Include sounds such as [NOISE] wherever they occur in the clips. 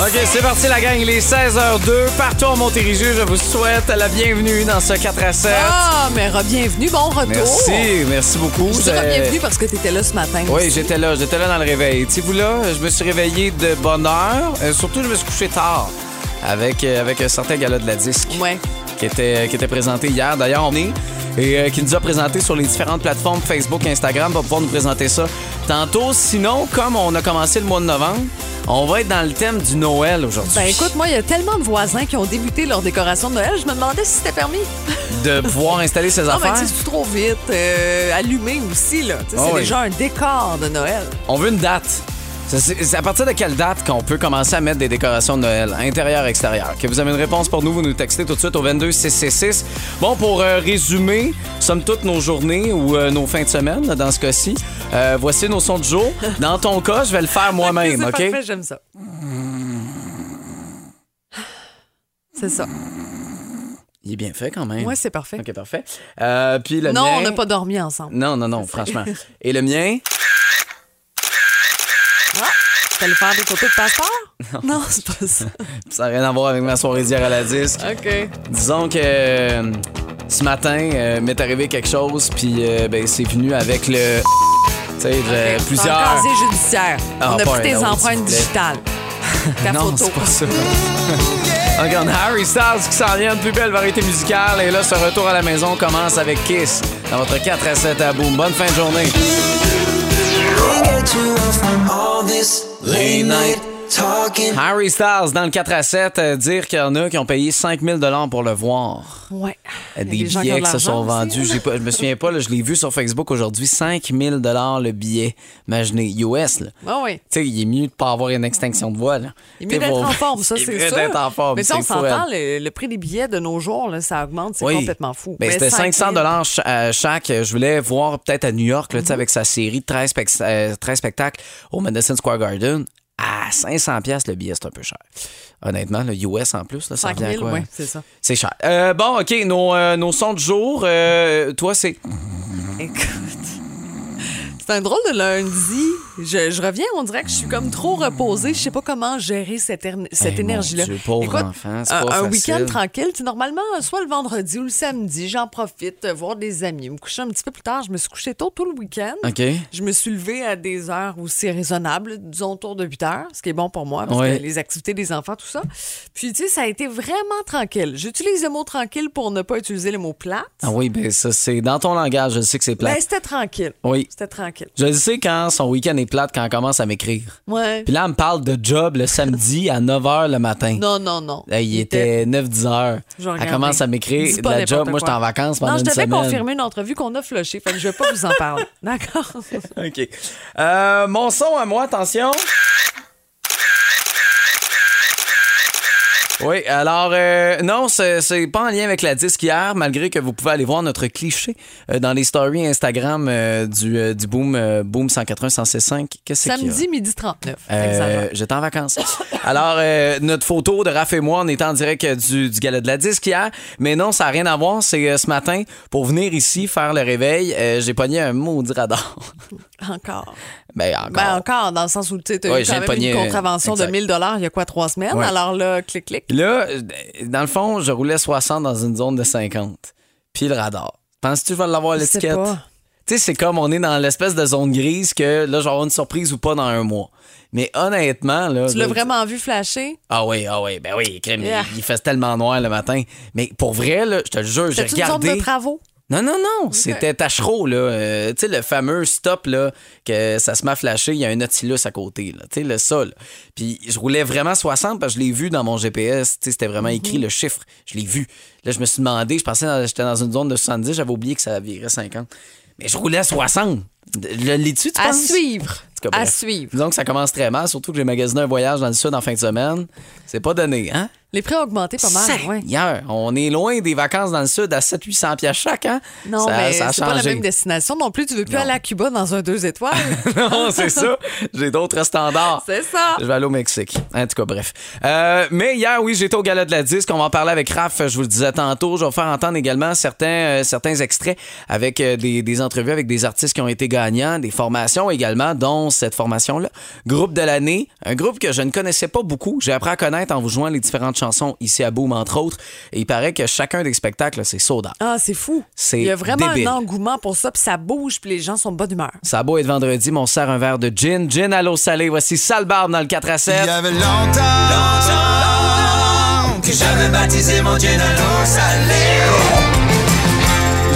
OK, c'est parti la gang, il est 16h02. Partout en Montérégie, je vous souhaite la bienvenue dans ce 4 à 7. Ah, mais re-bienvenue, bon retour. Merci, merci beaucoup. Oh! Je dis C'est- re-bienvenue parce que tu étais là ce matin. Oui, aussi. j'étais là, j'étais là dans le réveil. Tu vous là, je me suis réveillé de bonne heure. Euh, surtout, je me suis couché tard avec, euh, avec un certain gala de la disque Ouais. qui, était, qui était présenté hier. D'ailleurs, on est et euh, qui nous a présenté sur les différentes plateformes Facebook, Instagram, va pouvoir nous présenter ça tantôt. Sinon, comme on a commencé le mois de novembre, on va être dans le thème du Noël aujourd'hui. Ben écoute, moi, il y a tellement de voisins qui ont débuté leur décoration de Noël, je me demandais si c'était permis. de pouvoir installer ses Non, mais affaires. Oh, ben, tu sais, c'est trop vite. euh, allumé aussi, là. Tu sais, Ah c'est oui. déjà un décor de Noël. On veut une date. Ça, C'est c'est à partir de quelle date qu'on peut commencer à mettre des décorations de Noël, intérieur, extérieur? Que vous avez une réponse pour nous, vous nous textez tout de suite au 22666. Bon, pour euh, résumer, somme toute nos journées ou euh, nos fins de semaine, là, dans ce cas-ci, euh, voici nos sons du jour. Dans ton cas, je vais le faire moi-même, [LAUGHS] C'est OK? parfait, j'aime ça. C'est ça. Il est bien fait quand même. Moi, c'est parfait. OK, parfait. Euh, puis le non, mien- on n'a pas dormi ensemble. Non, non, [LAUGHS] non, franchement. Et le mien? Ah, t'allais faire des photos de passeport? Non, c'est [LAUGHS] pas ça. Ça n'a rien à voir avec ma soirée d'hier à la disque. OK. Disons que euh, ce matin, euh, m'est arrivé quelque chose, puis euh, ben, c'est venu avec le. Tu sais, euh, Ok, c'est un plusieurs. casier judiciaire. Ah, on a pas pris un tes autre, s'il empreintes vous plaît. [LAUGHS] digitales. Ta non, photo. c'est pas ça. [LAUGHS] Ok, on a Harry Styles qui s'en vient de plus belle variété musicale. Et là, ce retour à la maison commence avec Kiss dans votre 4 à 7 à boum. Bonne fin de journée. Harry Styles dans le 4 à 7, euh, dire qu'il y en a qui ont payé 5000 pour le voir. Ouais. Des Il y a gens qui ont billets de qui se sont l'argent aussi, vendus. là. J'ai pas- je me souviens pas, là, je l'ai vu sur Facebook aujourd'hui. 5000 le billet. Imaginez, US. Là. Ah oui. Tu sais, il est mieux de pas avoir une extinction de voix. Là. Il est mieux T'sais, d'être pour- en forme, ça, [LAUGHS] Il est c'est mieux sûr. d'être en forme. Mais tu sais, on c'est fou, s'entend, elle. le, le prix des billets de nos jours, là, ça augmente, c'est Oui. complètement fou. Ben, Mais C'était 5 000, 500 dollars euh, chaque. Je voulais voir peut-être à New York, Mm-hmm. là, tu sais, avec sa série de 13, spec- euh, 13 spectacles au Madison Square Garden. À 500 pièces le billet, c'est un peu cher. Honnêtement, le US en plus, là, ça 5 revient à 000, quoi? hein? oui, c'est ça. C'est cher. Euh, bon, OK, nos, euh, nos sons du jour, euh, toi, c'est... Écoute. C'est un drôle de lundi. Je, je reviens, on dirait que je suis comme trop reposée. Je sais pas comment gérer cette, erne- cette Eh, mon énergie-là. Dieu, pauvre Écoute, enfant, c'est un, pas un facile. week-end tranquille. Tu sais, normalement, soit le vendredi ou le samedi, j'en profite, euh, voir des amis, me coucher un petit peu plus tard. Je me suis couchée tôt tout le week-end. OK. Je me suis levée à des heures aussi raisonnables, disons autour de 8 heures, ce qui est bon pour moi, parce Ouais. que les activités des enfants, tout ça. Puis, tu sais, ça a été vraiment tranquille. J'utilise le mot tranquille pour ne pas utiliser le mot plate. Ah oui, ben ça, c'est dans ton langage, je sais que c'est Ben, plate. c'était tranquille. Oui. C'était tranquille. Je le sais quand son week-end est plate, quand elle commence à m'écrire. Ouais. Puis là, elle me parle de job le samedi à 9h le matin. Non, non, non. Là, il était 9-10 heures. Je Elle regardais. commence à m'écrire Dis de pas la job. n'importe Moi, j'étais quoi. en vacances pendant Non, je une devais semaine. confirmer une entrevue qu'on a flochée, fait que je vais pas vous en parler. [LAUGHS] [LAUGHS] D'accord? OK. Euh, mon son à moi, attention. Oui, alors euh, non, c'est c'est pas en lien avec la disque hier, malgré que vous pouvez aller voir notre cliché euh, dans les stories Instagram euh, du, euh, du Boom euh, Boom 181 1065. Qu'est-ce que c'est qu'il y a? Samedi, midi 39. hein? Euh, Exactement. J'étais en vacances. Alors, euh, notre photo de Raph et moi, on était en direct euh, du, du gala de la disque hier. Mais non, ça n'a rien à voir. C'est euh, ce matin, pour venir ici faire le réveil, euh, j'ai pogné un maudit radar. [LAUGHS] Encore. ben, encore. Ben encore, dans le sens où tu as Ouais, eu j'ai quand même pogné, une contravention exact. de 1000 il y a quoi, trois semaines? Ouais. Alors là, clic-clic. Là, euh, dans le fond, je roulais 60 dans une zone de 50. Puis le radar. Penses-tu que je vais l'avoir à Je sais l'étiquette? pas. Tu sais, c'est comme on est dans l'espèce de zone grise que là, je vais avoir une surprise ou pas dans un mois. Mais honnêtement, là. Tu l'as là, vraiment vu flasher? Ah oui, ah oui, ben oui, crème, Yeah. il, il fait tellement noir le matin. Mais pour vrai, là, je te le jure, j'ai C'est une zone regardé. de travaux. Non, non, non, c'était Tachereau, là. Euh, tu sais, le fameux stop, là, que ça se m'a flashé, il y a un Nautilus à côté, là. Tu sais, le sol. Puis je roulais vraiment 60 parce que je l'ai vu dans mon GPS. Tu sais, c'était Mhm. vraiment écrit le chiffre. Je l'ai vu. Là, je me suis demandé, je pensais, dans- j'étais dans une zone de 70, j'avais oublié que ça virait 50. Mais je roulais à 60. Le lis-tu, tu À penses? suivre. tout cas, À bref. suivre. Disons que ça commence très mal, surtout que j'ai magasiné un voyage dans le sud en fin de semaine. C'est pas donné, hein? Les prix ont augmenté pas mal, ouais. Seigneur, on est loin des vacances dans le sud à 700-800 piastres chaque, hein? Non, ça, mais ça a c'est pas la changé. même destination non plus. Tu veux plus Non. aller à Cuba dans un deux étoiles. [LAUGHS] non, c'est ça. J'ai d'autres standards. c'est ça. Je vais aller au Mexique. En tout cas, bref. Euh, mais hier, oui, j'étais au gala de la disque. On va en parler avec Raph. Je vous le disais tantôt. Je vais vous faire entendre également certains, euh, certains extraits avec euh, des, des entrevues avec des artistes qui ont été gagnants, des formations également, dont cette formation-là. Groupe de l'année. Un groupe que je ne connaissais pas beaucoup. J'ai appris à connaître en vous jouant les différentes chansons ici à Boom, entre autres. Et il paraît que chacun des spectacles, c'est soda. Ah, c'est fou. C'est Il y a vraiment débile. un engouement pour ça, puis ça bouge, puis les gens sont de bonne humeur. Ça a beau être vendredi, mais on se sert un verre de gin. Gin à l'eau salée. Voici Sale Barbe dans le 4 à 7. Il y avait longtemps, longtemps, que j'avais baptisé mon Dieu à l'eau salée.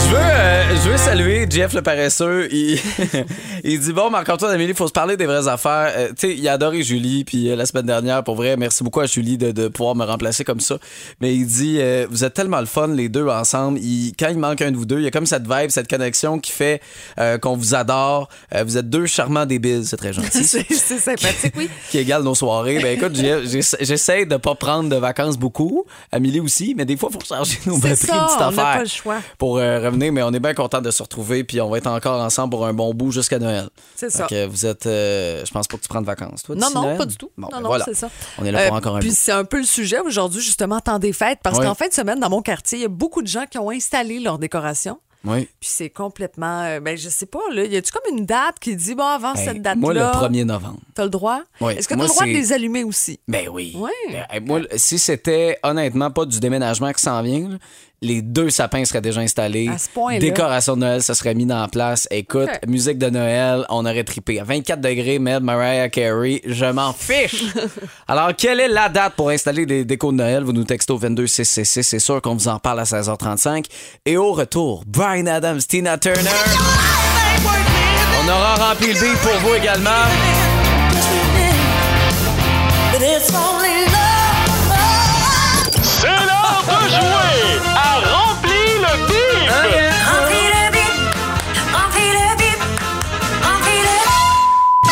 Je veux, euh, je veux saluer Jeff le paresseux. Il, [LAUGHS] il dit Bon, Marc-Antoine Amélie, il faut se parler des vraies affaires. Euh, tu sais, il a adoré Julie, puis euh, la semaine dernière, pour vrai, merci beaucoup à Julie de, de pouvoir me remplacer comme ça. Mais il dit euh, Vous êtes tellement le fun, les deux ensemble. Il- quand il manque un de vous deux, il y a comme cette vibe, cette connexion qui fait euh, qu'on vous adore. Euh, vous êtes deux charmants débiles, [LAUGHS] c'est très gentil. [LAUGHS] C'est c'est sympathique, oui. qui égale nos soirées. Ben écoute, j'ai- j'essa- j'essaie de pas prendre de vacances beaucoup. Amélie aussi, mais des fois, il faut charger nos C'est batteries, ça, petite on n'a affaire. pas le choix. Pour euh, revenir, mais on est bien content de se retrouver, puis on va être encore ensemble pour un bon bout jusqu'à Noël. C'est Fait ça. que vous êtes. euh, je pense pas que tu prends de vacances. Toi, Non, d'ici non, Noël? pas du tout. Bon, non, ben non, voilà. c'est ça. On est là pour Euh, encore un Puis bout. c'est un peu le sujet aujourd'hui, justement, temps des fêtes, parce Oui. qu'en fin de semaine, dans mon quartier, il y a beaucoup de gens qui ont installé leur décoration. Oui. Puis c'est complètement. euh, ben, je sais pas, là. Y a-tu comme une date qui dit, bon, avant Ben, cette date-là, moi, le 1er novembre. t'as le droit? Oui, Est-ce que t'as moi, le droit de c'est- les allumer aussi? Ben oui. Ouais. Ben, hey, moi, si c'était honnêtement pas du déménagement qui s'en vient, là, les deux sapins seraient déjà installés. À ce point-là. Décoration de Noël, ça serait mis en place. [LAUGHS] Écoute, Ok. musique de Noël, on aurait trippé. À 24 degrés, Mel, Mariah Carey, je m'en [LAUGHS] fiche. Alors, quelle est la date pour installer des décos de Noël? Vous nous textez au 22666. C'est sûr qu'on vous en parle à 16h35. Et au retour, Brian Adams, Tina Turner. On aura rempli le beat pour vous également. C'est l'heure de jouer à remplir le bip.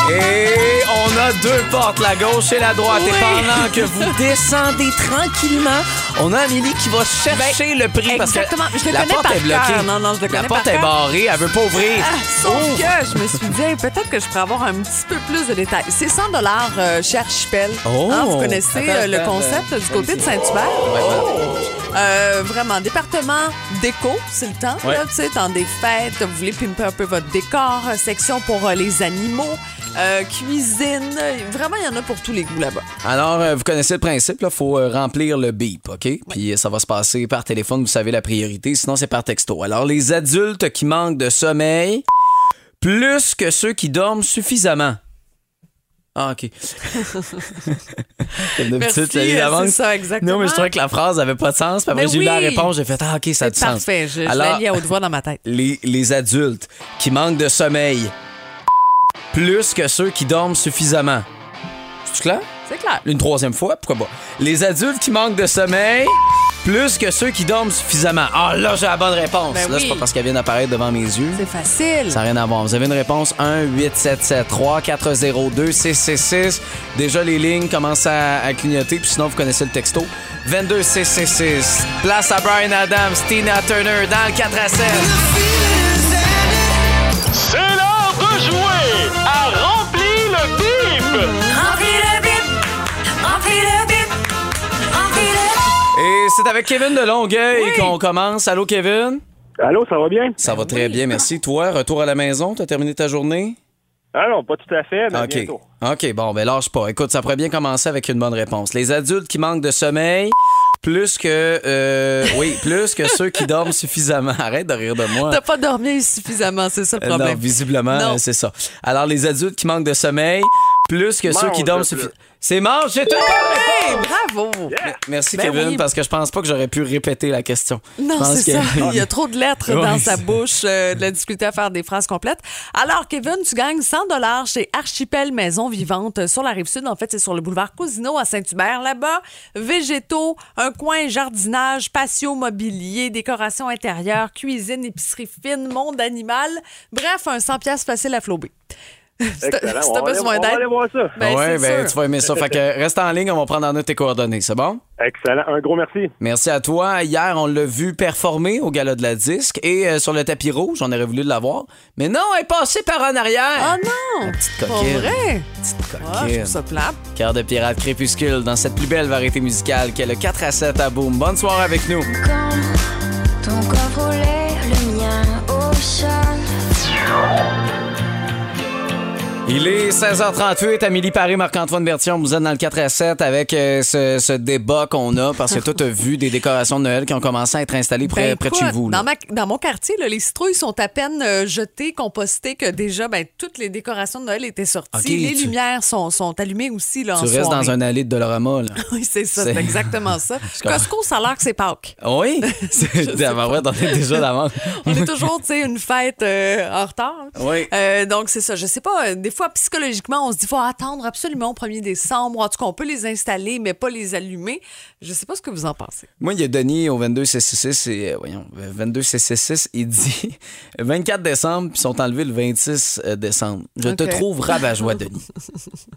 Et on a deux portes, la gauche et la droite. Et Ah, pendant que [LAUGHS] vous [LAUGHS] descendez tranquillement, on a Amélie qui va chercher le prix Ben, exactement. parce que Je le la connais porte par est bloquée. cœur. Non, non, je le la connais porte par est cœur. barrée, elle veut pas ouvrir. Ah, sauf Ouvre. que je me suis dit, hey, peut-être que je pourrais avoir un petit peu plus de détails. C'est 100 dollars euh, chez Archipel. Oh! Hein, vous connaissez Attends, euh, le attends, concept euh, du côté de Saint-Hubert? Ouais, voilà. Euh, vraiment, département déco, c'est le temps. Ouais. Là, tu sais, temps des fêtes, vous voulez pimper un peu votre décor, euh, section pour euh, les animaux, euh, cuisine. euh, Vraiment, il y en a pour tous les goûts là-bas. Alors, euh, vous connaissez le principe, il faut euh, remplir le bip, OK? Puis euh, ça va se passer par téléphone, vous savez la priorité, sinon c'est par texto. Alors, les adultes qui manquent de sommeil, plus que ceux qui dorment suffisamment. Ah, [LAUGHS] OK. Comme d'habitude, Merci, je l'ai eu euh, d'avance. c'est ça, exactement. Non, mais je trouvais que la phrase avait pas de sens. Puis après, Mais j'ai eu la oui. réponse, j'ai fait, ah, OK, ça a du C'est sens. parfait, je, je Alors, l'ai lié à haute voix dans ma tête. les, les adultes qui manquent de sommeil, plus que ceux qui dorment suffisamment. C'est clair? Ah, C'est clair. Une troisième fois, pourquoi pas? Les adultes qui manquent de sommeil plus que ceux qui dorment suffisamment. Ah là, j'ai la bonne réponse. Ben là, oui. c'est pas parce qu'elle vient d'apparaître devant mes yeux. C'est facile. Ça n'a rien à voir. Vous avez une réponse 1 8 7 7 3 4 0 2 6 6 6. Déjà les lignes commencent à, à clignoter puis sinon vous connaissez le texto 22 6 6 6. Place à Brian Adams, Tina Turner dans le 4 à 7. C'est l'heure de jouer à remplir le bip. Et c'est avec Kevin de Longueuil qu'on commence. Allô Kevin. Allô, ça va bien? Ça va très bien, merci. Toi, retour à la maison, t'as terminé ta journée? Ah non, pas tout à fait, mais OK. bientôt. OK, bon, ben lâche pas. Écoute, ça pourrait bien commencer avec une bonne réponse. Les adultes qui manquent de sommeil, plus que. euh, oui, plus que ceux qui dorment suffisamment. Arrête de rire de moi. [LAUGHS] T'as pas dormi suffisamment, c'est ça le Euh, Non, problème. visiblement, Non. euh, c'est ça. Alors, les adultes qui manquent de sommeil, plus que Mange ceux qui dorment le suffisamment. plus. C'est mange, c'est tout! Hey, bravo! Merci Ben Kevin, oui. parce que je pense pas que j'aurais pu répéter la question. Je Non, pense [LAUGHS] c'est que- ça. Il y a trop de lettres Ouais, dans c'est- sa bouche euh, de la difficulté à faire des phrases complètes. Alors, Kevin, tu gagnes 100 dollars chez Archipel Maison Vivante euh, sur la rive sud. En fait, c'est sur le boulevard Cousineau à Saint-Hubert. Là-bas, végétaux, un coin jardinage, patio mobilier, décoration intérieure, cuisine, épicerie fine, monde animal. Bref, un 100 pièces facile à flober. [LAUGHS] Si t'as- Excellent. si On t'as va aller- besoin on va aller d'aide, voir ça. ben, ouais, c'est ben, sûr. tu vas aimer ça. Fait que [LAUGHS] reste en ligne, on va prendre en note tes coordonnées, c'est bon? Excellent. Un gros merci. Merci à toi. Hier, on l'a vu performer au gala de la disque et euh, sur le tapis rouge, on aurait voulu l'avoir. Mais non, elle est passée par en Oh arrière. non! Petite Pour coquine. vrai? Petite coquine. Ah, je trouve ça plate. Cœur de pirate crépuscule dans cette plus belle variété musicale qu'est le 4 à 7 à Boom. Bonne soirée avec nous. Quand ton corps roulait le mien au sol. Il est 16h38, Amélie Paris, Marc-Antoine Bertillon, vous êtes dans le 4 à 7 avec euh, ce, ce débat qu'on a parce que toi, t'as vu des décorations de Noël qui ont commencé à être installées près, Ben, près de écoute, chez vous. là. Dans, ma- dans mon quartier, là, les citrouilles sont à peine euh, jetées, compostées, que déjà, ben, toutes les décorations de Noël étaient sorties. Ok, les tu- lumières sont, sont allumées aussi. Là, Tu restes dans un allée de Dolorama, là. [LAUGHS] Oui, c'est ça, C'est- c'est exactement ça. [LAUGHS] comprends. Costco, ça a l'air que c'est Pâques. Ah Oui, [LAUGHS] c'est d'avant, ouais, on est déjà d'avant. On est toujours, tu sais, une fête euh, en retard. là. Oui. Euh, donc, c'est ça. Je sais pas, euh, des fois, psychologiquement, on se dit faut attendre absolument au 1er décembre. En tout cas, on peut les installer, mais pas les allumer. Je sais pas ce que vous en pensez. Moi, il y a Denis au 22666 et euh, voyons, 22666, il dit [LAUGHS] 24 décembre, puis ils sont enlevés le 26 euh, décembre. Je te Ok. trouve rabat-joie, [LAUGHS] Denis.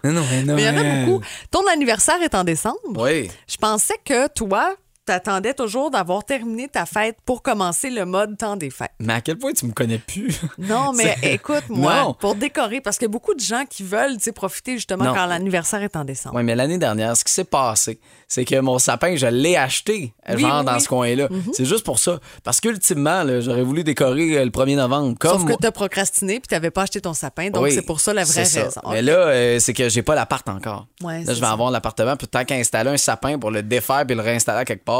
non, non, non. Mais il y en a beaucoup. Ton anniversaire est en décembre. Oui. Je pensais que toi, t'attendais toujours d'avoir terminé ta fête pour commencer le mode temps des fêtes. Mais à quel point tu me connais plus? Non, mais C'est- Non. écoute-moi, pour décorer, parce qu'il y a beaucoup de gens qui veulent tu sais, profiter justement Non. quand l'anniversaire est en décembre. Oui, mais l'année dernière, ce qui s'est passé, c'est que mon sapin, je l'ai acheté, Oui, genre oui, dans oui. Mhm. ce coin-là. C'est juste pour ça. Parce qu'ultimement, là, j'aurais voulu décorer euh, le 1er novembre. Comme Sauf que t'as procrastiné puis t'avais pas acheté ton sapin, donc Oui, c'est pour ça la c'est vraie ça. raison. Ah, Mais là, euh, c'est que j'ai pas l'appart encore. Ouais, là, c'est je vais ça. avoir l'appartement, puis tant qu'à installer un sapin pour le défaire puis le réinstaller à quelque part,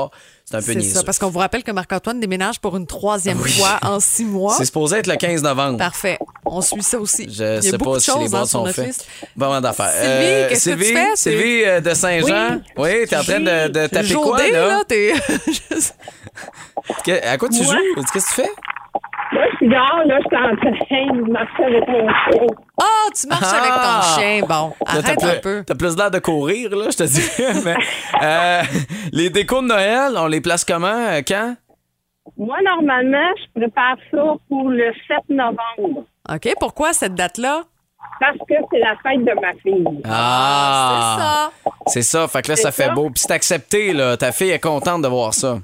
c'est un peu c'est niaiseux. ça, parce qu'on vous rappelle que Marc-Antoine déménage pour une troisième Oui. fois en six mois. C'est supposé être le 15 novembre. Parfait. On suit ça aussi. Il y Je a sais beaucoup pas de si choses, les hein, boîtes sur sont notre faites. liste. Bon, moment d'affaires. Euh, Sylvie, qu'est-ce que tu Sylvie- fais? C'est- Sylvie euh, de Saint-Jean. Oui, t'es en train de, de taper quoi, Jaudé, là? là, t'es- [LAUGHS] je sais- Que- à quoi tu joues? Qu'est-ce que tu fais? Moi, je suis dehors, là, je suis en train de marcher avec mon chien. Ah, tu marches Ah! avec ton chien. Bon, Là, arrête t'as un plus- peu. T'as plus l'air de courir, là, je te dis. [LAUGHS] Mais, euh, les décos de Noël, on les place comment? euh, Quand? Moi, normalement, je prépare ça pour le 7 novembre OK, pourquoi cette date-là? parce que c'est la fête de ma fille. Ah, Ah! C'est ça. C'est ça, fait que là, ça C'est fait ça. beau. Puis c'est accepté, là. Ta fille est contente de voir ça.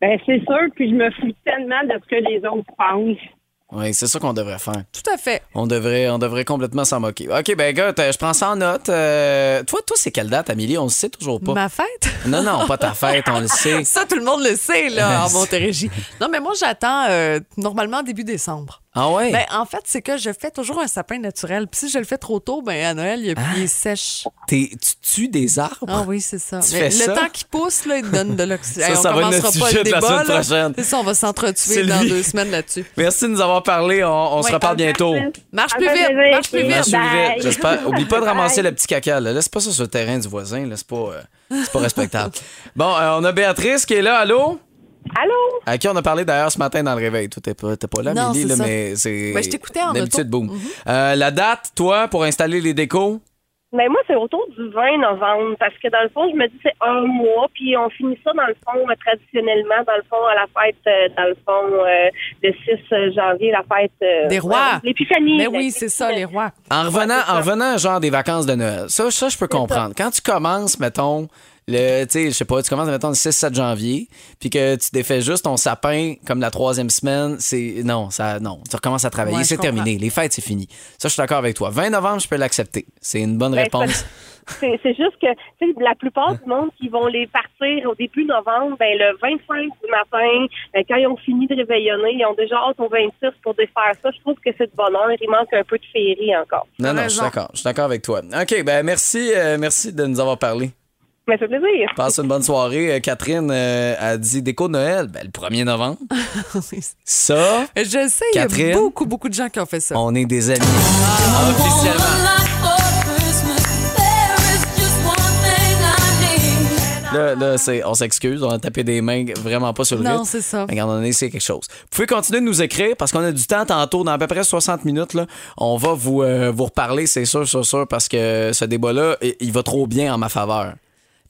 Ben, c'est sûr, puis je me fous tellement de ce que les autres pensent. Oui, c'est ça qu'on devrait faire. Tout à fait. On devrait, on devrait complètement s'en moquer. OK, ben, gars, t'as- je prends ça en note. Euh, toi, toi c'est quelle date, Amélie? On le sait toujours pas. Ma fête? [LAUGHS] Non, non, pas ta fête, on le [LAUGHS] sait. Ça, tout le monde le [LAUGHS] sait, là, en C'est- Montérégie. Non, mais moi, j'attends euh, normalement début décembre. Ah ouais? Ben, en fait, c'est que je fais toujours un sapin naturel. Puis si je le fais trop tôt, ben à Noël, il, y a- il est Ah! sèche. T'es- tu tues des arbres? Oh. Ah oui, c'est ça. Tu Mais fais ça? le temps qu'il pousse, là, il te donne de l'oxygène. Ça, [LAUGHS] Hey, on ça va être notre commencera pas sujet le de la débat. semaine là. prochaine. C'est ça, on va s'entretuer Sylvie. dans deux semaines là-dessus. Merci de nous avoir parlé. On, on se Ouais. reparle bientôt. Marche Ça plus fait vite, plaisir. marche plus Merci. vite. Bye. Suivez, J'espère. [LAUGHS] Oublie pas de Bye. ramasser le petit caca. là. Laisse pas ça sur le terrain du voisin. là. C'est pas, euh, c'est pas respectable. bon, euh, on a Béatrice qui est là. Allô? Allô? À qui on a parlé d'ailleurs ce matin dans le réveil. Toi, t'es pas, t'es pas là, Non, Amélie, c'est là, ça. mais c'est. Ben, je t'écoutais en Mhm. D'habitude, auto. boum. Euh, la date, toi, pour installer les décos? Ben, moi, c'est autour du 20 novembre parce que, dans le fond, je me dis c'est un mois, puis on finit ça, dans le fond, euh, traditionnellement, dans le fond, à la fête, euh, dans le fond, euh, le 6 janvier, la fête... euh, Des rois. L'épiphanie. Mais oui, c'est ça, les rois. [LAUGHS] En revenant, en revenant, genre des vacances de Noël. Ça, ça je peux comprendre. Quand tu commences, mettons, le, tu sais, je sais pas, tu commences, mettons, le 6-7 janvier, puis que tu défais juste ton sapin comme la troisième semaine, c'est. Non, ça, non. Tu recommences à travailler, Ouais, je c'est comprends. terminé. Les fêtes, c'est fini. Ça, je suis d'accord avec toi. 20 novembre, je peux l'accepter. C'est une bonne Ben, réponse. ça- C'est c'est juste que tu sais, la plupart du monde qui vont les partir au début novembre, ben, le 25 du matin, ben, quand ils ont fini de réveillonner, ils ont déjà hâte au 26 pour défaire ça. Je trouve que c'est de bonheur. Il manque un peu de féerie encore. Non, non, raison. je suis d'accord. Je suis d'accord avec toi. OK, ben merci, euh, merci de nous avoir parlé. Mais ça fait plaisir. Passe une bonne soirée. Euh, Catherine euh, a dit déco de Noël, ben, le 1er novembre. Ça, Je sais, il y Catherine? a beaucoup, beaucoup de gens qui ont fait ça. on est des amis. Officiellement. Like old Christmas là, là, c'est- on s'excuse, on a tapé des mains vraiment pas sur le Non, rythme. c'est ça. Mais à un moment donné, c'est quelque chose. Vous pouvez continuer de nous écrire parce qu'on a du temps tantôt, dans à peu près 60 minutes. Là, on va vous, euh, vous reparler, c'est sûr, c'est sûr, parce que ce débat-là, il, il va trop bien en ma faveur.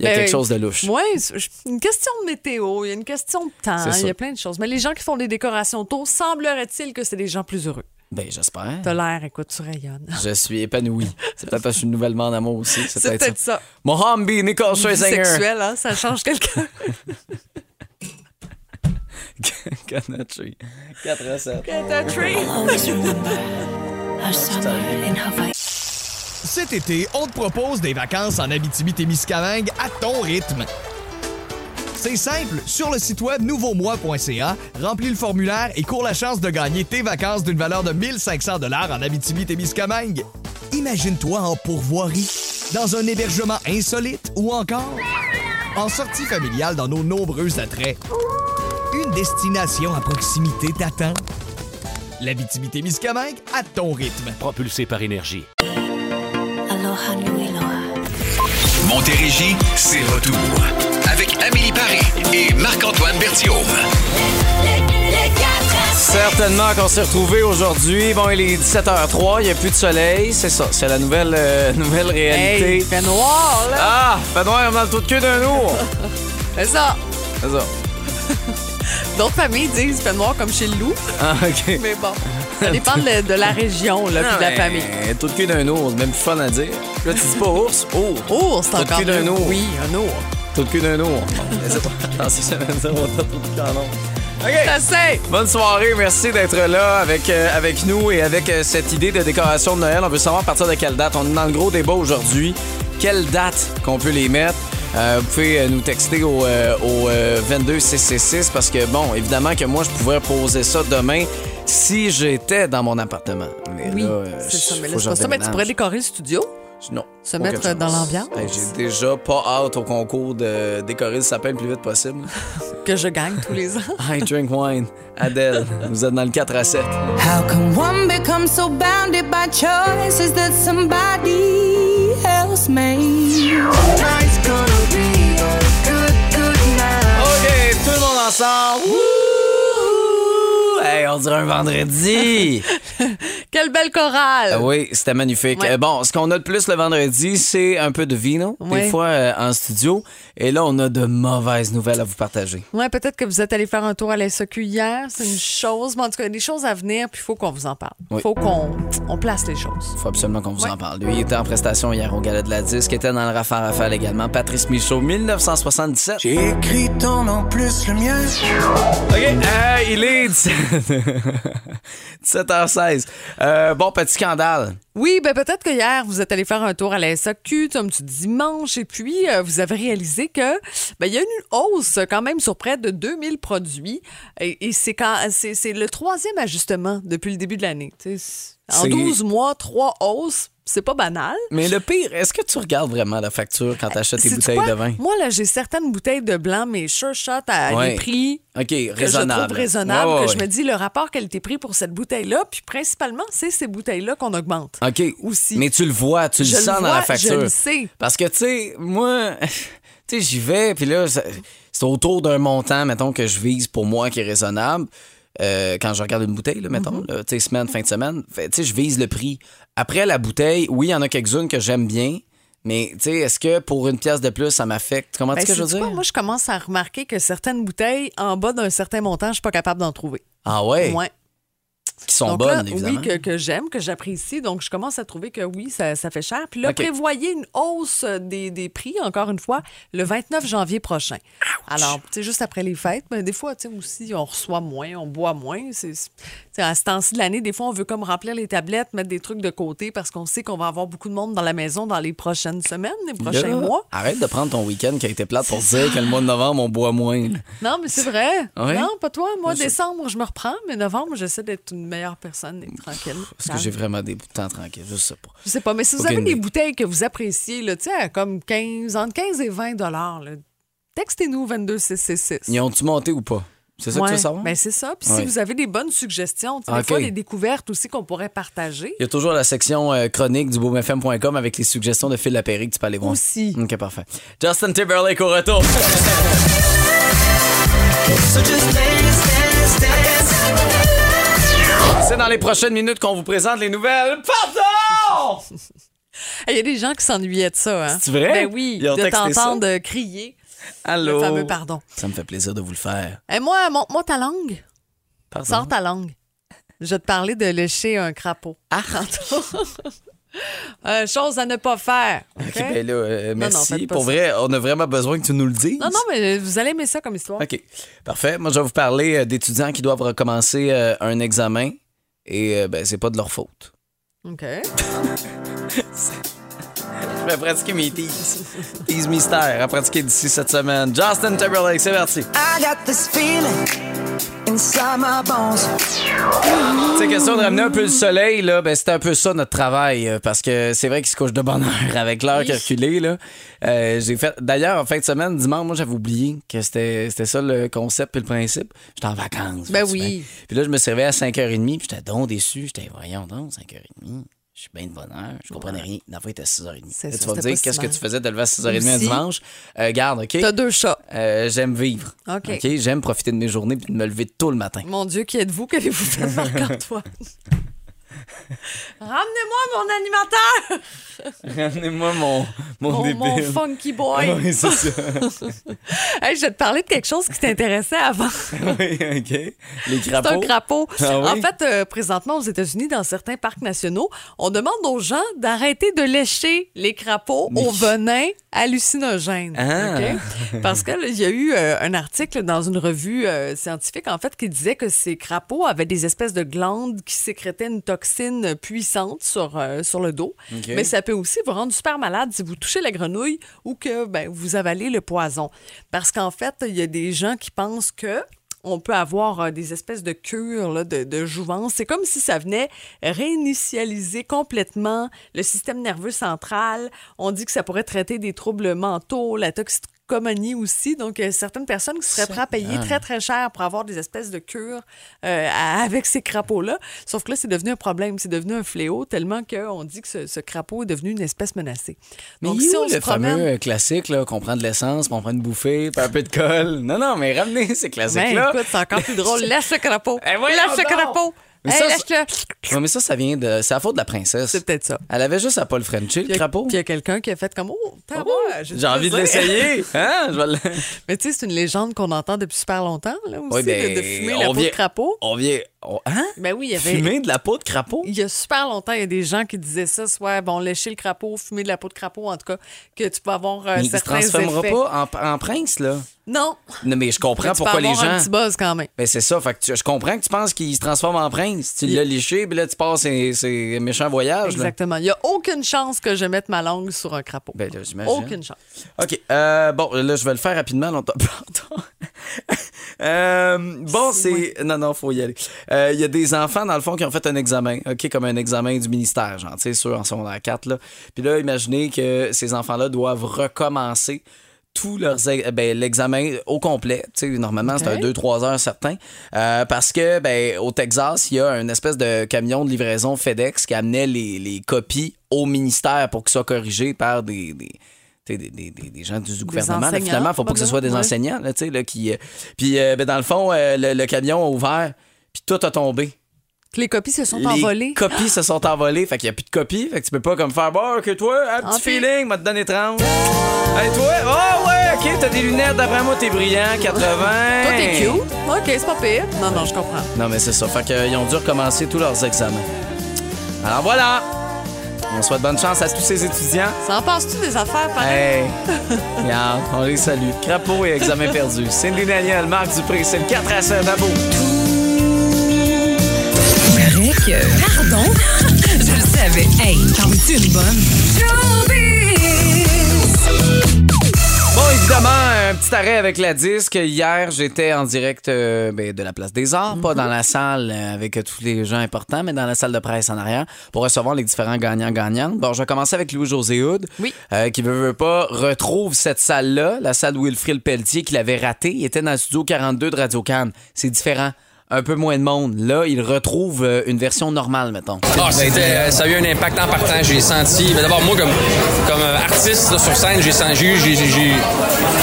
Il y a Ben, quelque chose de louche. Oui, c'est- je- une question de météo, il y a une question de temps, C'est ça. il y a plein de choses. Mais les gens qui font des décorations tôt, semblerait-il que c'est des gens plus heureux. Ben, j'espère. T'as l'air, écoute, tu [LAUGHS] rayonnes. Je suis épanoui. C'est peut-être parce que je suis nouvellement en amour aussi. C'est C'est peut-être ça. peut-être ça. Mohambi, Nicole Scherzinger. Sexuel, hein, ça change quelqu'un. Kanachi. 4 à 7. Cet été, on te propose des vacances en Abitibi-Témiscamingue à ton rythme. C'est simple, sur le site web nouveaumois.ca, remplis le formulaire et cours la chance de gagner tes vacances d'une valeur de 1500 dollars en Abitibi-Témiscamingue. Imagine-toi en pourvoirie, dans un hébergement insolite ou encore en sortie familiale dans nos nombreux attraits. Une destination à proximité t'attend. L'Abitibi-Témiscamingue à ton rythme. Propulsé par énergie. Montérégie, c'est retour. Avec Amélie Paris et Marc-Antoine Berthiaume. Certainement qu'on s'est retrouvés aujourd'hui. Bon, il est 17h03, il n'y a plus de soleil. C'est ça, c'est la nouvelle, euh, nouvelle réalité. Hey, il fait noir, là. Ah, fait noir comme dans le trou de queue d'un ours. C'est ça. C'est ça. D'autres familles disent il fait noir comme chez le loup, Ah, OK. [LAUGHS] mais bon. Ça dépend de, de la région, là, puis Ah, de la famille. Le trou de queue d'un ours, même plus fun à dire. Là, tu dis pas ours, ours. Ours, Oh, c'est T'as le encore cul d'un mieux. ours. Oui, un ours. Trou de queue d'un ours. [LAUGHS] Dans six semaines, on va faire trou de canon. Je sais. Bonne soirée, merci d'être là avec, euh, avec nous et avec euh, cette idée de décoration de Noël. On veut savoir à partir de quelle date. On est dans le gros débat aujourd'hui. Quelle date qu'on peut les mettre? Euh, vous pouvez euh, nous texter au, euh, au euh, 22666 parce que, bon, évidemment que moi, je pouvais poser ça demain si j'étais dans mon appartement. Mais Oui, là, euh, c'est ça. Mais faut là, que c'est je pas ça. Mais tu redéménage. pourrais décorer le studio. Non. Se Aucune mettre chance. dans l'ambiance. Hey, J'ai déjà pas hâte au concours de décorer le sapin le plus vite possible. [LAUGHS] que je gagne tous les ans. I drink wine. Adèle, vous êtes dans le 4 à 7. How come one becomes so bounded by choices that somebody else made? OK, tout le monde ensemble. Wouhou! Hey, on dirait un [LAUGHS] vendredi. Quelle belle chorale! Ah oui, c'était magnifique. Ouais. Euh, Bon, ce qu'on a de plus le vendredi, c'est un peu de vino, Ouais. des fois euh, en studio. Et là, on a de mauvaises nouvelles à vous partager. Ouais, peut-être que vous êtes allé faire un tour à la SQ hier, c'est une chose, mais en tout cas, il y a des choses à venir, puis il faut qu'on vous en parle. Il Oui. faut qu'on on place les choses. faut absolument qu'on vous Ouais. en parle. Lui, il était en prestation hier au Gala de la Disque, était dans le Rafa Rafale également. Patrice Michaud, 1977. J'ai écrit ton nom plus le mien. OK, euh, il est [LAUGHS] 17h16. Euh, bon, petit scandale. Oui, ben peut-être que hier, vous êtes allé faire un tour à la SAQ, un petit dimanche, et puis euh, vous avez réalisé que ben, il y a eu une hausse quand même sur près de 2000 produits, et, et c'est quand c'est c'est le troisième ajustement depuis le début de l'année. Tu sais, En C'est- 12 mois, trois hausses, c'est pas banal. Mais le pire, est-ce que tu regardes vraiment la facture quand tu achètes tes Sais-tu bouteilles quoi? de vin? Moi, là, j'ai certaines bouteilles de blanc, mais sure shot à Ouais. des prix OK, que je raisonnable. trouve raisonnable, Ouais, ouais, que je ouais. me dis le rapport qualité-prix pour cette bouteille-là, puis principalement, c'est ces bouteilles-là qu'on augmente. OK. Aussi. Mais tu le vois, tu le Je le sens dans la vois, je facture. le sais. Parce que, tu sais, moi, [LAUGHS] tu sais, j'y vais, puis là, ça- c'est autour d'un montant, mettons, que je vise pour moi qui est raisonnable. Euh, quand je regarde une bouteille, là, Mhm. mettons, là, tu sais, semaine, fin de semaine, fait, tu sais, je vise le prix. Après la bouteille, oui, il y en a quelques-unes que j'aime bien, mais, tu sais, est-ce que pour une pièce de plus, ça m'affecte? Comment Ben, est-ce que je veux sais-tu dire? quoi? moi, je commence à remarquer que certaines bouteilles, en bas d'un certain montant, je suis pas capable d'en trouver. Ah ouais? Ouais. Qui sont Donc bonnes, là, évidemment. oui, que, que j'aime, que j'apprécie. Donc, je commence à trouver que oui, ça, ça fait cher. Puis là, OK. prévoyez une hausse des, des prix, encore une fois, le 29 janvier prochain. Alors, tu sais, juste après les fêtes, mais des fois, tu sais, aussi, on reçoit moins, on boit moins. C'est, c'est- tu sais, à ce temps-ci de l'année, des fois, on veut comme remplir les tablettes, mettre des trucs de côté parce qu'on sait qu'on va avoir beaucoup de monde dans la maison dans les prochaines semaines, les prochains Là, mois. Arrête de prendre ton week-end qui a été plate pour dire que le mois de novembre, on boit moins. Non, mais c'est vrai. Ouais. Non, pas toi. Moi, Je- décembre, je me reprends, mais novembre, j'essaie d'être une meilleure personne et tranquille. Parce que j'ai vraiment des bouts de temps tranquilles, je sais pas. Je sais pas, mais si vous Aucune avez des idée. bouteilles que vous appréciez, là, tu sais, à comme 15, entre 15 et 20 dollars, là, textez-nous 22666. Ils ont-tu monté ou pas? C'est ça que tu veux Ouais. savoir? Ben, c'est ça. Puis Ouais. si vous avez des bonnes suggestions, tu sais, des Ok. fois, des découvertes aussi qu'on pourrait partager. Il y a toujours la section euh, chronique du boomfm.com avec les suggestions de Phil Lapéry que tu peux aller voir. Aussi. OK, parfait. Justin Timberlake au retour. C'est dans les prochaines minutes qu'on vous présente les nouvelles. Pardon! Il y a des gens qui s'ennuyaient de ça. Hein? C'est vrai? Ben oui, Ils ont de texté ça. t'entendre euh, crier. Allô? Le fameux pardon. Ça me fait plaisir de vous le faire. Et Eh, moi, montre-moi ta langue. Pardon. Sors ta langue. Je vais te parler de lécher un crapaud. [LAUGHS] Ah! chose à ne pas faire. OK, OK? ben là, euh, merci. faites pas Pour ça. vrai, on a vraiment besoin que tu nous le dises. Non, non, mais vous allez aimer ça comme histoire. OK. Parfait. Moi, je vais vous parler euh, d'étudiants qui doivent recommencer euh, un examen et euh, ben, c'est pas de leur faute. OK. Je vais pratiquer mes teas. Teas mystères à pratiquer d'ici cette semaine. Justin Timberlake, c'est parti. I got this feeling inside my bones. C'est question de ramener un peu le soleil, là. Ben, c'était un peu ça notre travail, euh, parce que c'est vrai qu'ils se couchent de bonne heure avec l'heure qui a reculé, là. Euh, j'ai fait... D'ailleurs, en fin de semaine, dimanche, moi, j'avais oublié que c'était c'était ça le concept et le principe. J'étais en vacances. Ben fin de oui. semaine. Puis là, je me suis réveillé à 5h30, puis j'étais donc déçu. J'étais, voyons donc, 5h30. Je suis bien de bonne heure, je comprenais rien. Dans le fond, il était 6h30. C'est Là, ça, tu vas me c'était dire, pas si qu'est-ce que mal. tu faisais de lever à 6h30 un Aussi. dimanche? Euh, garde, OK? T'as deux chats. Euh, j'aime vivre. OK. J'aime profiter de mes journées puis de me lever tôt le matin. Mon Dieu, qui êtes-vous? Qu'allez-vous faire, Marc-Antoine? Ramenez-moi mon animateur! [LAUGHS] Ramenez-moi mon, mon, Mon, mon débile. funky boy! Ah Oui, c'est ça. [LAUGHS] Hey, je vais te parler de quelque chose qui t'intéressait avant. oui, OK. Les C'est un crapauds. crapaud. Ah oui? En fait, euh, présentement, aux États-Unis, dans certains parcs nationaux, on demande aux gens d'arrêter de lécher les crapauds Mais- au venin hallucinogène. Ah. OK? [LAUGHS] Parce qu'il y a eu euh, un article dans une revue euh, scientifique, en fait, qui disait que ces crapauds avaient des espèces de glandes qui sécrétaient une toxine puissante sur, euh, sur le dos. OK. Mais ça peut aussi vous rendre super malade si vous touchez la grenouille ou que ben, vous avalez le poison. Parce qu'en fait, il y a des gens qui pensent que on peut avoir euh, des espèces de cures là, de, de jouvence. C'est comme si ça venait réinitialiser complètement le système nerveux central. On dit que ça pourrait traiter des troubles mentaux, la toxicomanie aussi. Donc, euh, certaines personnes qui seraient prêtes à payer très, très cher pour avoir des espèces de cures euh, à- [LAUGHS] avec ces crapauds-là. Sauf que là, c'est devenu un problème, c'est devenu un fléau tellement qu'on dit que ce, ce crapaud est devenu une espèce menacée. Mais Donc, il est si où on se le promène... fameux euh, classique, là, qu'on prend de l'essence, puis on prend une bouffée, puis un peu de colle. Non, non, mais ramenez ces Ben, classiques-là. écoute, c'est encore [LAUGHS] plus drôle. Lâche le crapaud. Eh, voyons Lâche le donc. crapaud. Mais Hey, ça, lâche-le. Ouais, mais ça, ça vient de. C'est la faute de la princesse. C'est peut-être ça. Elle avait juste à Paul Frenchy, le Puis il y a- crapaud. Ah Puis il y a quelqu'un qui a fait comme Oh, t'as ouais, J'ai [LAUGHS] envie de l'essayer. Hein? Je vais le- Mais tu sais, c'est une légende qu'on entend depuis super longtemps, là, aussi, Ouais, ben, de, de fumer la on peau vient- de crapaud. On vient. on- Hein? Ben oui, il y avait. Fumer de la peau de crapaud? Il y a super longtemps, il y a des gens qui disaient ça, soit bon, lécher le crapaud, fumer de la peau de crapaud, en tout cas, que tu peux avoir euh, Il se certains transformera effets. pas en, en prince, là. Non, Non, mais je mais comprends tu peux pourquoi les avoir gens. un petit buzz quand même. Ben c'est ça, fait que tu- je comprends que tu penses qu'il se transforme en prince. Tu l'as liché, puis là tu passes ces, ces méchants voyages. là. Exactement. Il n'y a aucune chance que je mette ma langue sur un crapaud. Ben là, j'imagine. aucune chance. OK. euh, bon, là, je vais le faire rapidement. longtemps. Pardon. [LAUGHS] Euh, bon, c'est. Non, non, faut y aller. Euh, Il y a des enfants, dans le fond, qui ont fait un examen, OK, comme un examen du ministère, genre, tu sais, ceux en secondaire 4, là. Puis là, imaginez que ces enfants-là doivent recommencer tous leurs ex- ben, l'examen au complet. Tu sais, normalement, c'est un 2-3 heures certain. Euh, parce que, ben, au Texas, il y a une espèce de camion de livraison FedEx qui amenait les, les copies au ministère pour qu'ils soient corrigées par des- des, tu sais, des, des- des- des gens du gouvernement. Là, enseignants, finalement, il faut pas que ce soit des probablement, ouais. enseignants. Là, tu sais, là, qui, euh, puis, euh, ben, dans le fond, euh, le, le camion a ouvert, puis tout a tombé. Que Les copies se sont Les envolées. copies se sont envolées. Fait qu'il n'y a plus de copies. Fait que tu peux pas comme faire Bon, que toi, un petit En fait. feeling, m'a te donné 30. Hey, toi, oh ouais, ok, t'as des lunettes, d'après moi, t'es brillant, 80. Toi, t'es cute. OK, c'est pas pire. Non, non, je comprends. Non, mais c'est ça. Fait qu'ils ont dû recommencer tous leurs examens. Alors voilà! On souhaite bonne chance à tous ces étudiants. Ça en passe-tu des affaires pareil? Hey! Regarde, on les salue. Crapaud et examen perdu. Cindy Daniel, Marc Dupré, c'est le 4 à 7 à Beau. Pardon? Je le savais. Hey, t'en es une bonne? Bon, évidemment, un petit arrêt avec la disque. Hier, j'étais en direct euh, ben, de la place des Arts, pas dans la salle euh, avec euh, tous les gens importants, mais dans la salle de presse en arrière pour recevoir les différents gagnants-gagnantes. Bon, je vais commencer avec Louis-José Hood, euh, qui veut, veut pas, retrouve cette salle-là, la salle de Wilfrid Pelletier qu'il avait ratée. Il était dans le studio 42 de Radio-Can. C'est différent. Un peu moins de monde. Là, il retrouve euh, une version normale, mettons. Ah, c'était, euh, ça a eu un impact en partant. J'ai senti, mais d'abord moi comme, comme euh, artiste là, sur scène, j'ai senti, j'ai- j'ai- j'ai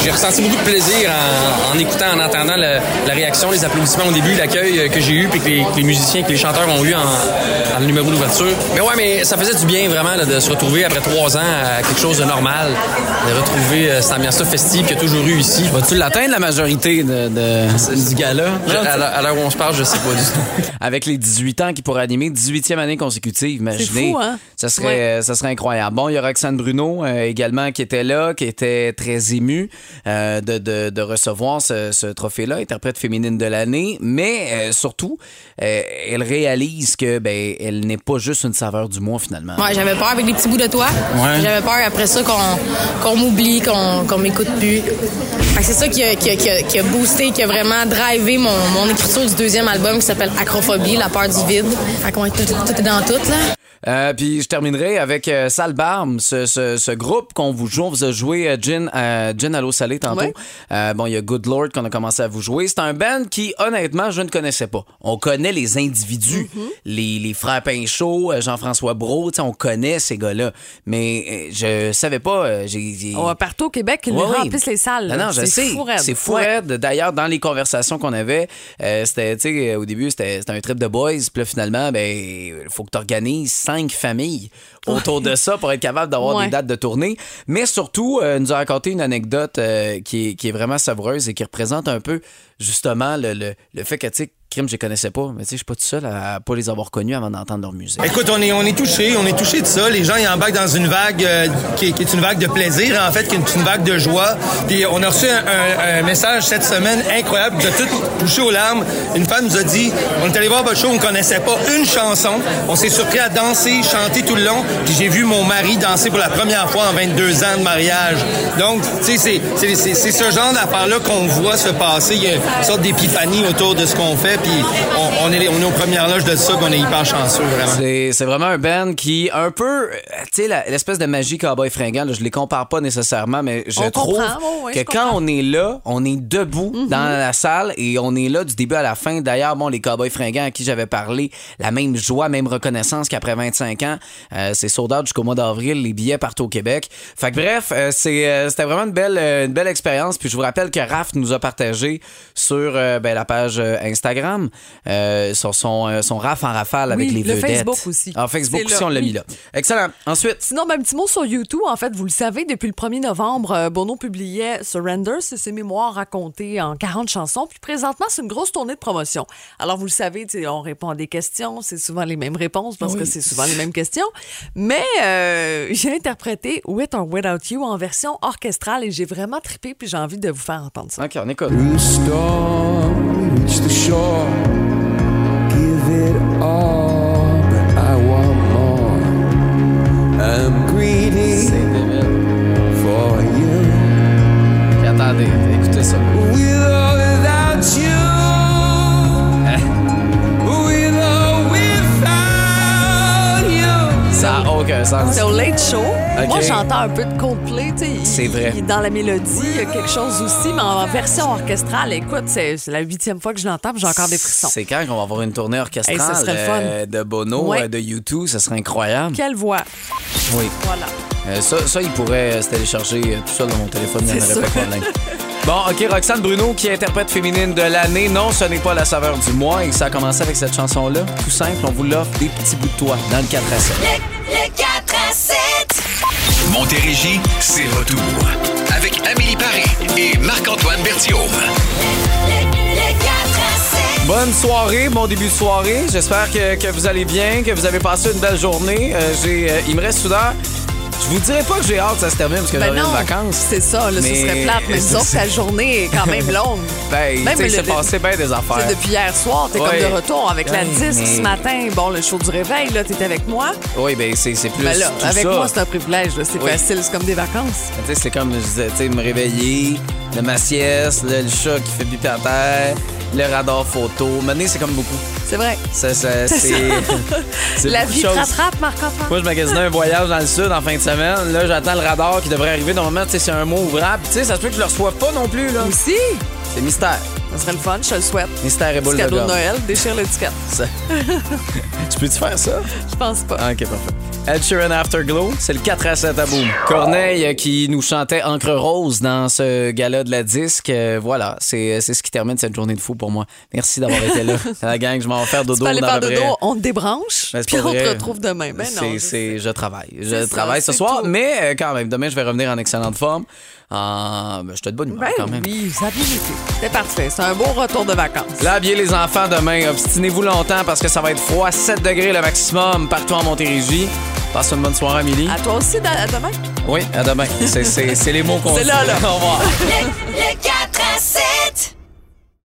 j'ai ressenti beaucoup de plaisir en, en écoutant, en entendant le- la réaction, les applaudissements au début, l'accueil euh, que j'ai eu, puis que les, que les musiciens, que les chanteurs ont eu en, dans le numéro d'ouverture. Mais ouais, mais ça faisait du bien vraiment là, de se retrouver après trois ans à quelque chose de normal, de retrouver euh, cette ambiance-là festive qu'il y a toujours eu ici. Vas-tu l'atteindre la majorité de, de, du gala? Je- à l'heure- à l'heure où on se parle, je sais pas du tout. [LAUGHS] Avec les 18 ans qui pourraient animer, 18e année consécutive, imaginez. fou, hein? ça, serait, euh, ça serait incroyable. Bon, il y a Roxane Bruno euh, également qui était là, qui était très émue euh, de, de- de recevoir ce, ce trophée-là, interprète féminine de l'année. Mais euh, surtout, euh, elle réalise que ben, elle n'est pas juste une saveur du mois finalement. Ouais, j'avais peur avec les petits bouts de toi. Ouais. J'avais peur après ça qu'on qu'on m'oublie, qu'on qu'on m'écoute plus. Fait que C'est ça qui a, qui, a, qui a- qui a boosté, qui a vraiment drivé mon, mon écriture du deuxième album qui s'appelle Acrophobie, la peur du vide. Fait qu'on est tout, tout est dans tout, là. Euh, puis je terminerai avec euh, Sale Barbe, ce, ce- ce groupe qu'on vous joue. On vous a joué euh, Gin, euh, Gin à l'eau salée tantôt. Ouais. Euh, bon, il y a Good Lord qu'on a commencé à vous jouer. C'est un band qui, honnêtement, je ne connaissais pas. On connaît les individus, les, les frères Pinchot, euh, Jean-François Brault, tu sais, on connaît ces gars-là. Mais euh, je savais pas. euh, j'ai, j'ai- Oh, partout au Québec, ils Ouais, oui. remplissent les salles. Non, là. non, je sais. fou raide. C'est fou Ouais. raide. D'ailleurs, dans les conversations qu'on avait, euh, c'était, tu sais, euh, au début, c'était c'était un trip de boys. Puis là, finalement, ben, il faut que tu organises cinq familles autour de ça pour être capable d'avoir Ouais. des dates de tournée. Mais surtout, euh, nous a raconté une anecdote euh, qui, est, qui est vraiment savoureuse et qui représente un peu, justement, le, le, le fait que, tu sais, crime, je les connaissais pas, mais tu sais, je suis pas tout seul à, à pas les avoir connus avant d'entendre leur musique. Écoute, on est, on est touché, on est touché de ça. Les gens, ils embarquent dans une vague euh, qui, est- qui est une vague de plaisir, en fait, qui est une, vague de joie. Puis on a reçu un, un- un message cette semaine incroyable, de tout touché aux larmes. Une femme nous a dit, on est allé voir votre show, on connaissait pas une chanson. On s'est surpris à danser, chanter tout le long. Puis j'ai vu mon mari danser pour la première fois en 22 ans de mariage. Donc, tu sais, c'est- c'est c'est- c'est ce genre d'affaires-là qu'on voit se passer. Il y a une sorte d'épiphanie autour de ce qu'on fait. Puis on, on est, on est aux premières loges de ça, puis on est hyper chanceux, vraiment. C'est, c'est vraiment un band qui, un peu, euh, tu sais, la- l'espèce de magie cowboy fringant, là, je les compare pas nécessairement, mais je On trouve comprend, ouais, ouais, que je Mhm. quand on est là, on est debout dans la salle et on est là du début à la fin. D'ailleurs, bon, les cowboys fringants à qui j'avais parlé, la même joie, même reconnaissance qu'après 25 ans, euh, c'est sold out jusqu'au mois d'avril, les billets partout au Québec. Fait que bref, euh, c'est, euh, c'était vraiment une belle, euh, une belle expérience. Puis je vous rappelle que Raph nous a partagé sur euh, ben, la page euh, Instagram, euh, sur son, euh, son Raph en rafale avec Oui, les le vedettes. Facebook aussi. Ah, Facebook C'est aussi, là. on l'a Oui. mis là. Excellent. Ensuite. Sinon, ben, un petit mot sur YouTube. En fait, vous le savez, depuis le 1er novembre, euh, Bono publiait Surrender, c'est ses mémoires racontées en 40 chansons. Puis présentement, c'est une grosse tournée de promotion. Alors, vous le savez, tu sais, on répond à des questions, c'est souvent les mêmes réponses parce Oui. que c'est souvent les mêmes questions. Mais euh, j'ai interprété With or Without You en version orchestrale et j'ai vraiment trippé puis j'ai envie de vous faire entendre ça. OK, on écoute. Through the storm, we reach the shore. Give it all, but I want more. I'm greedy for you. attendez, écoutez ça. With or without you. Hein? With or without you. Ça n'a aucun sens. C'est au Late Show. OK. Moi, j'entends un peu de Coldplay, tu sais. il- C'est vrai. il est Dans la mélodie, il y a quelque chose aussi, mais en version orchestrale, écoute, c'est c'est la huitième fois que je l'entends, puis j'ai encore des frissons. C'est quand qu'on va avoir une tournée orchestrale Hey, ça serait le fun. euh, de Bono, Ouais. euh, de U2, ça serait incroyable. Quelle voix! Oui. Voilà. Euh, ça, ça, il pourrait euh, se télécharger euh, tout seul dans mon téléphone, il n'y en C'est aurait pas de sûr. [LAUGHS] problème. Bon, OK, Roxane Bruno, qui est interprète féminine de l'année. Non, ce n'est pas la saveur du mois et ça a commencé avec cette chanson-là. Tout simple, on vous l'offre des petits bouts de toi dans le 4 à 7. Le 4 à 7. Montérégie, c'est retour. Avec Amélie Paris et Marc-Antoine Berthiaume. Le 4 à 7. Bonne soirée, bon début de soirée. J'espère que, que vous allez bien, que vous avez passé une belle journée. Euh, j'ai, euh, il me reste une heure. Je vous dirais pas que j'ai hâte que ça se termine parce que Ben j'aurai non, une vacances. C'est ça, là, Mais- ce serait plate, [LAUGHS] mais disons que ta journée est quand même longue. Ben, Même tu sais, il le- s'est le- passé bien des Tu sais, affaires. depuis hier soir, t'es Ouais. comme de retour avec la Ouais, Mm. 10 mais- ce matin. Bon, le show du réveil, là, t'es avec moi. Oui, ben c'est c'est plus Ben là, tout avec ça. moi, c'est un privilège. là. C'est Oui. facile, c'est comme des vacances. Tu sais, c'est comme je disais, tu sais, me réveiller, le ma sieste, le, le chat qui fait pipi à terre, le radar photo. Maintenant, c'est comme beaucoup. C'est vrai. Ça, ça, [LAUGHS] C'est c'est. ça. [LAUGHS] c'est La beaucoup de vie te choses. rattrape, Marc-Antoine. Moi, je magasinais un voyage dans le sud en fin de semaine. Là, j'attends le radar qui devrait arriver. Normalement, tu sais, c'est un mot ouvrable. Tu sais, ça se peut que je le reçoive pas non plus, là. Aussi. C'est mystère. Ça serait le fun, je te le souhaite. Mystère et boule Petit de cadeau de gomme. Noël, déchire l'étiquette. Ça- [LAUGHS] Tu peux-tu faire ça? Je pense pas. Ah, OK, parfait. Ed Sheeran Afterglow, c'est le 4 à 7 à boum. Corneille euh, qui nous chantait Encre Rose dans ce gala de la disque. Euh, voilà, c'est c'est ce qui termine cette journée de fou pour moi. Merci d'avoir été [LAUGHS] là. la gang, je m'en vais faire Tu dodo peux aller dans faire peu dodo, près- on te débranche, Ben, c'est puis pas on te vrai. retrouve demain. Ben non, C'est- je c'est- je travaille. Je C'est ça, travaille ce c'est soir, mais euh, quand même, demain, je vais revenir en excellente forme. En- ben, je te de bonne humeur Ben quand même. oui, ça a bien été. C'est parfait. C'est un beau retour de vacances. Labiez les enfants demain. Obstinez-vous longtemps parce que ça va être froid, 7 degrés le maximum partout en Montérégie. Passe une bonne soirée, Amélie. À toi aussi, dans- à demain. [LAUGHS] [LAUGHS] Oui, à demain. C'est- C'est c'est les mots qu'on C'est là, là. Au revoir. Le, le 4